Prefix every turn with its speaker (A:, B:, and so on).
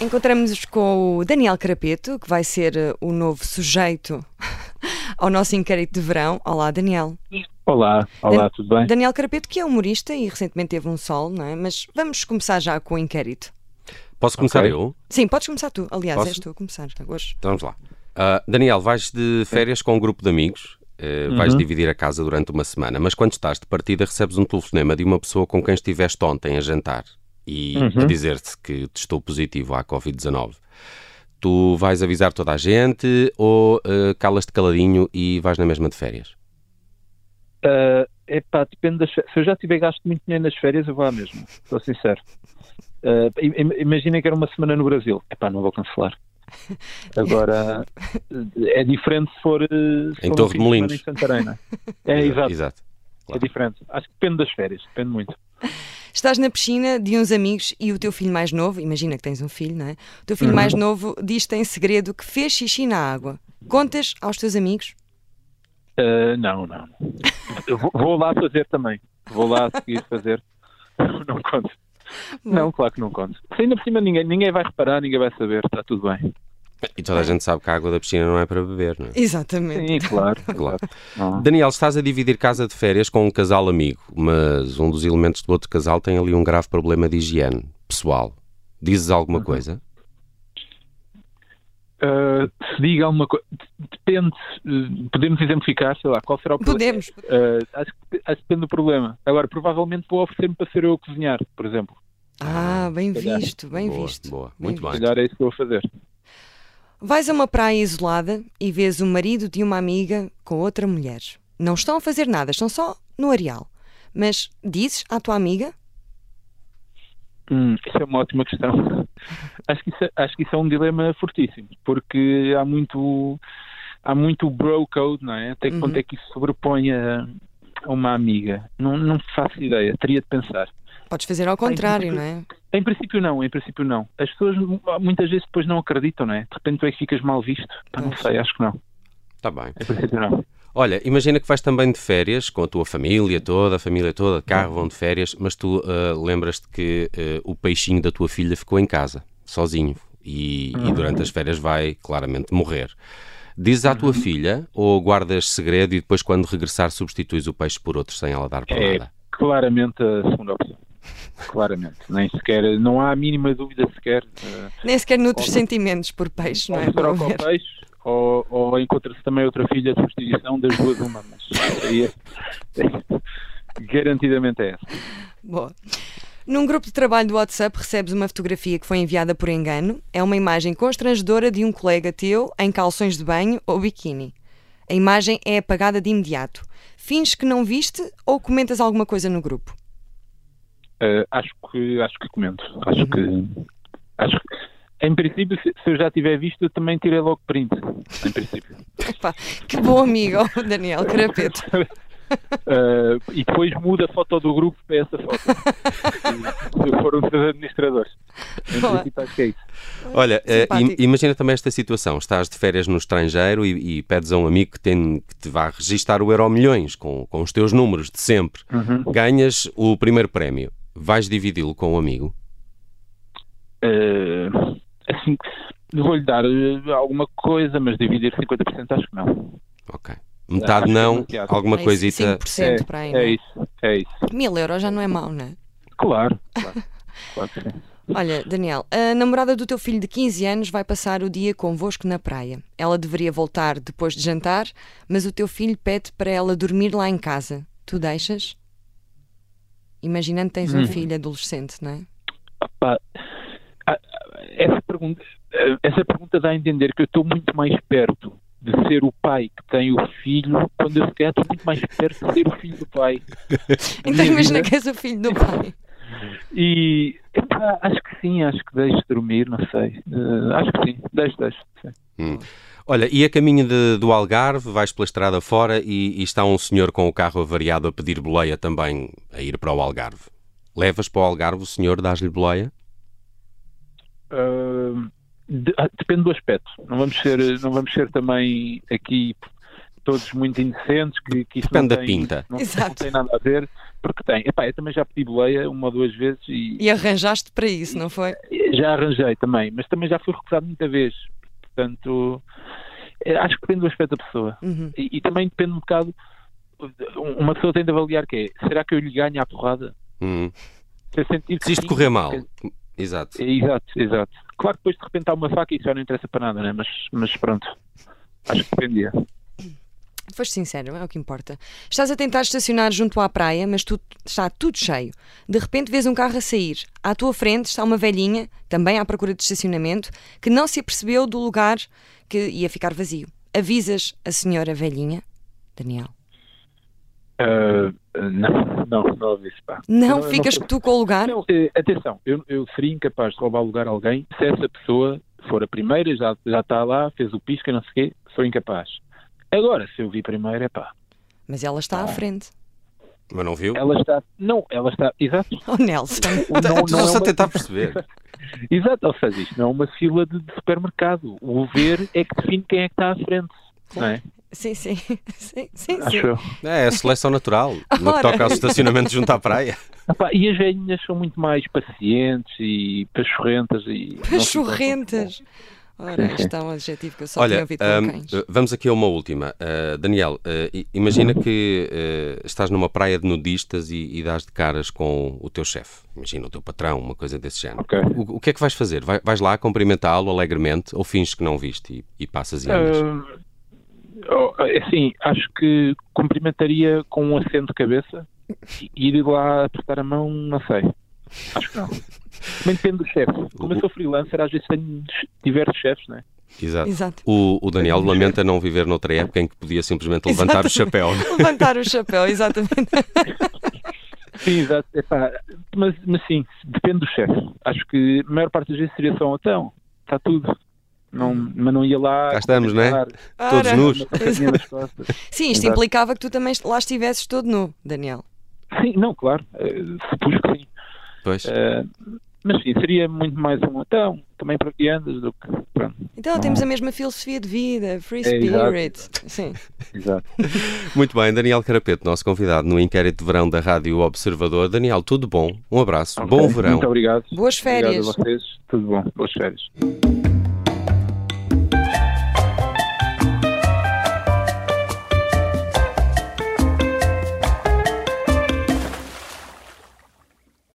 A: Encontramos-nos com o Daniel Carapeto, que vai ser eh, o novo sujeito ao nosso inquérito de verão. Olá, Daniel.
B: Olá, olá, tudo bem?
A: Daniel Carapeto, que é humorista e recentemente teve um sol, não é? Mas vamos começar já com o inquérito.
C: Posso começar
B: Ok.
C: eu?
A: Sim, podes começar tu. Aliás,
C: Posso?
A: és tu a começar tá, hoje.
C: Então vamos lá. Ah, Daniel, vais de férias com um grupo de amigos, eh, vais
B: Uhum.
C: dividir a casa durante uma semana, mas quando estás de partida recebes um telefonema de uma pessoa com quem estiveste ontem a jantar e
B: Uhum.
C: a dizer-te que testou positivo à Covid-19. Tu vais avisar toda a gente ou eh, calas-te caladinho e vais na mesma de férias?
B: Ah, epá, depende das férias. Se eu já tiver gasto muito dinheiro nas férias, eu vou lá mesmo, estou sincero. Ah, im- im- Imaginem que era uma semana no Brasil. Epá, não vou cancelar. Agora, é diferente se for, eh, se
C: Em
B: for
C: Torre
B: um fim
C: de Molinos.
B: semana em Santarém, não é? É, exato.
C: Exato.
B: É
C: claro.
B: diferente. Acho que depende das férias, depende muito.
A: Estás na piscina de uns amigos e o teu filho mais novo, imagina que tens um filho, não é? O teu filho mais novo diz-te em segredo que fez xixi na água. Contas aos teus amigos?
B: Ah, não, não. Eu vou, vou lá fazer também. Vou lá a seguir fazer. Não conto. Não, claro que não conto. Se ainda por cima ninguém, ninguém vai reparar, ninguém vai saber, está tudo bem.
C: E toda a gente sabe que a água da piscina não é para beber, não é?
A: Exatamente.
B: Sim, claro.
C: Claro.
B: Não.
C: Daniel, estás a dividir casa de férias com um casal amigo, mas um dos elementos do outro casal tem ali um grave problema de higiene pessoal. Dizes alguma coisa?
B: Uh, se diga alguma coisa. Depende. uh, Podemos exemplificar, sei lá, qual será o problema.
A: Podemos.
B: Uh, acho, que, acho que depende do problema. Agora, provavelmente vou oferecer-me para ser eu a cozinhar, por exemplo.
A: Ah, bem
B: calhar.
A: visto, bem
C: boa,
A: visto.
C: Boa,
A: Bem
C: muito
A: visto.
B: Se
C: bem.
B: calhar é isso que eu vou fazer.
A: Vais a uma praia isolada e vês o marido de uma amiga com outra mulher. Não estão a fazer nada, estão só no areal. Mas dizes à tua amiga?
B: Hum, isso é uma ótima questão. Acho que, isso é, acho que isso é um dilema fortíssimo, porque há muito, há muito bro code, não é? Até que ponto é que isso sobrepõe a, a uma amiga? Não, não faço ideia, teria de pensar.
A: Podes fazer ao contrário, não é?
B: Em princípio não, em princípio não. As pessoas mu- muitas vezes depois não acreditam, não é? De repente tu é que ficas mal visto. Pá, não
A: Pois.
B: sei, acho que não.
C: Está Tá bem.
B: Em princípio não.
C: Olha, imagina que vais também de férias com a tua família toda, a família toda, de carro, vão de férias, mas tu ah, lembras-te que ah, o peixinho da tua filha ficou em casa, sozinho, e, e durante as férias vai claramente morrer. Dizes à tua filha ou guardas segredo e depois, quando regressar, substituis o peixe por outro sem ela dar por
B: É
C: nada?
B: claramente a segunda opção. Claramente. Nem sequer, não há a mínima dúvida sequer. eh,
A: Nem sequer noutros sentimentos por peixe, não
B: ou
A: é?
B: se troca
A: Para
B: o
A: ver.
B: peixe, ou, ou encontra-se também outra filha de substituição das duas uma, mas isso aí é- garantidamente é essa.
A: Boa. Num grupo de trabalho do WhatsApp recebes uma fotografia que foi enviada por engano. É uma imagem constrangedora de um colega teu em calções de banho ou biquíni. A imagem é apagada de imediato. Finges que não viste ou comentas alguma coisa no grupo?
B: Eh, acho, que, acho que comento. Acho
A: Uhum.
B: que. Acho que- Em princípio, se, se eu já tiver visto, eu também tirei logo print. Em princípio.
A: Pá, que bom amigo, ó, Daniel Carapeto.
B: Eh, e depois muda a foto do grupo para essa foto. se eu for um dos administradores. Em
A: Boa.
B: princípio, acho que é isso.
C: Olha, eh, im-
A: Simpático.
C: imagina também esta situação: estás de férias no estrangeiro e, e pedes a um amigo que, tem- que te vá registar o Euro Milhões com, com os teus números de sempre. Ganhas o primeiro prémio. Vais dividi-lo com o amigo?
B: Eh, assim, vou-lhe dar eh, alguma coisa, mas dividir 50% acho que não.
C: Ok. Metade
B: acho
C: não,
B: que é demasiado.
C: alguma
A: É isso,
C: coisita.
A: 5% para aí.
B: é
A: não
B: isso, é isso.
A: é? Mil euros já não é mau, não é?
B: Claro, claro. claro que sim.
A: Olha, Daniel, a namorada do teu filho de 15 anos vai passar o dia convosco na praia. Ela deveria voltar depois de jantar, mas o teu filho pede para ela dormir lá em casa. Tu deixas? Imaginando que tens
B: Hum.
A: um filho adolescente, não é?
B: Pá, ah, essa, pergunta, eh, essa pergunta dá a entender que eu estou muito mais perto de ser o pai que tem o filho, quando eu se calhar estou muito mais perto de ser o filho do pai.
A: Então
B: Minha
A: imagina
B: vida.
A: que és o filho do pai.
B: E epá, acho que sim, acho que deixo dormir, não sei. Eh, acho que sim, deixo, deixo. sim.
C: Hum. Olha, e a caminho de- do Algarve, vais pela estrada fora e, e está um senhor com o carro avariado a pedir boleia também a ir para o Algarve. Levas para o Algarve o senhor, dás-lhe boleia?
B: Ah, de- ah, depende do aspecto. Não vamos ser, não vamos ser também aqui todos muito inocentes, que, que isso não
C: Depende da
B: tem,
C: pinta.
B: Não,
A: Exato.
B: não tem nada a ver, porque tem. Epá, eu também já pedi boleia uma ou duas vezes e,
A: E arranjaste para isso, não foi?
B: já arranjei também, mas também já fui recusado muita vez. Portanto, eh, acho que depende do aspecto da pessoa.
A: Uhum.
B: E, e também depende um bocado. um, Uma pessoa tem de avaliar que é, será que eu lhe ganho à porrada?
C: Hum.
B: Se eu sentir que
C: Se isto
B: sim,
C: correr mal.
B: quer-
C: Exato.
B: É, Exato, exato. Claro que depois de repente há uma faca e isso já não interessa para nada, né? mas, mas pronto. Acho que dependia.
A: Foste sincero, é o que importa. Estás a tentar estacionar junto à praia, mas tu- está tudo cheio. De repente vês um carro a sair. À tua frente está uma velhinha, também à procura de estacionamento, que não se apercebeu do lugar que ia ficar vazio. Avisas a senhora velhinha, Daniel.
B: Ah, não, não, não houve isso. Pá. Eu
A: Não,
B: eu
A: ficas
B: não,
A: tu com o lugar?
B: Não, eh, atenção, eu, eu seria incapaz de roubar lugar a alguém se essa pessoa for a primeira, já, já está lá, fez o pisca, não sei o quê, sou incapaz. Agora, se eu vi primeiro, é pá.
A: Mas ela está
B: Ah.
A: à frente.
C: Mas não viu?
B: Ela está. Não, ela está. Exato.
A: Oh, Nelson.
B: É um- Não,
C: Estou
B: não é
C: Então, só a
B: uma-
C: tentar perceber.
B: Exato, ou seja, isto não é uma fila de, de supermercado. O ver é que define quem é que está à frente. Não é?
A: Sim, sim. Sim, sim,
B: Acho
A: sim.
B: eu.
C: É, é a seleção natural. No que
A: Ora.
C: toca ao estacionamento junto à praia.
B: Ah pá, e as velhinhas são muito mais pacientes e pachorrentas e. não ficam-
A: Pachorrentas. Ora, isto é um adjetivo que eu só tinha
C: Olha,
A: ouvido com
C: hum,
A: cães.
C: vamos aqui a uma última. Uh, Daniel, uh, i- imagina que uh, estás numa praia de nudistas e, e dás de caras com o teu chefe. Imagina o teu patrão, uma coisa desse género.
B: Ok.
C: O, o que é que vais fazer? Vai- vais lá cumprimentá-lo alegremente ou finges que não viste e, e passas e andas?
B: Ah, oh, assim, acho que cumprimentaria com um acento de cabeça e ir lá apertar a mão, não sei. Acho que não. Também depende do chefe. Como eu sou freelancer, às vezes tenho diversos chefes, né?
C: Exato.
A: Exato.
C: O, o Daniel lamenta não viver noutra época em que podia simplesmente levantar o
A: Exatamente.
C: chapéu.
A: Levantar o chapéu, exatamente.
B: Sim, exato. Epá, mas, mas sim, depende do chefe. Acho que a maior parte das vezes seria só um então, está tudo. Não, mas não ia lá.
C: Cá estamos, né?
B: cumprimentar,
C: Todos
A: Ora.
C: nus.
B: uma pancadinha nas costas.
A: Sim, isto
B: Exato.
A: implicava que tu também lá estivesses todo nu, Daniel.
B: Sim, não, claro. eh, supus que sim.
C: Pois.
B: Eh, mas sim, seria muito mais um então, também para que andas do que. Pronto,
A: Então temos a mesma filosofia de vida, free
B: É, exato,
A: spirit. Sim.
B: exato.
C: Muito bem, Daniel Carapeto, nosso convidado no inquérito de verão da Rádio Observador. Daniel, tudo bom? Um abraço. Bom
B: Ok,
C: verão.
B: Muito obrigado.
A: Boas férias.
B: Obrigado a vocês. Tudo bom. Boas férias.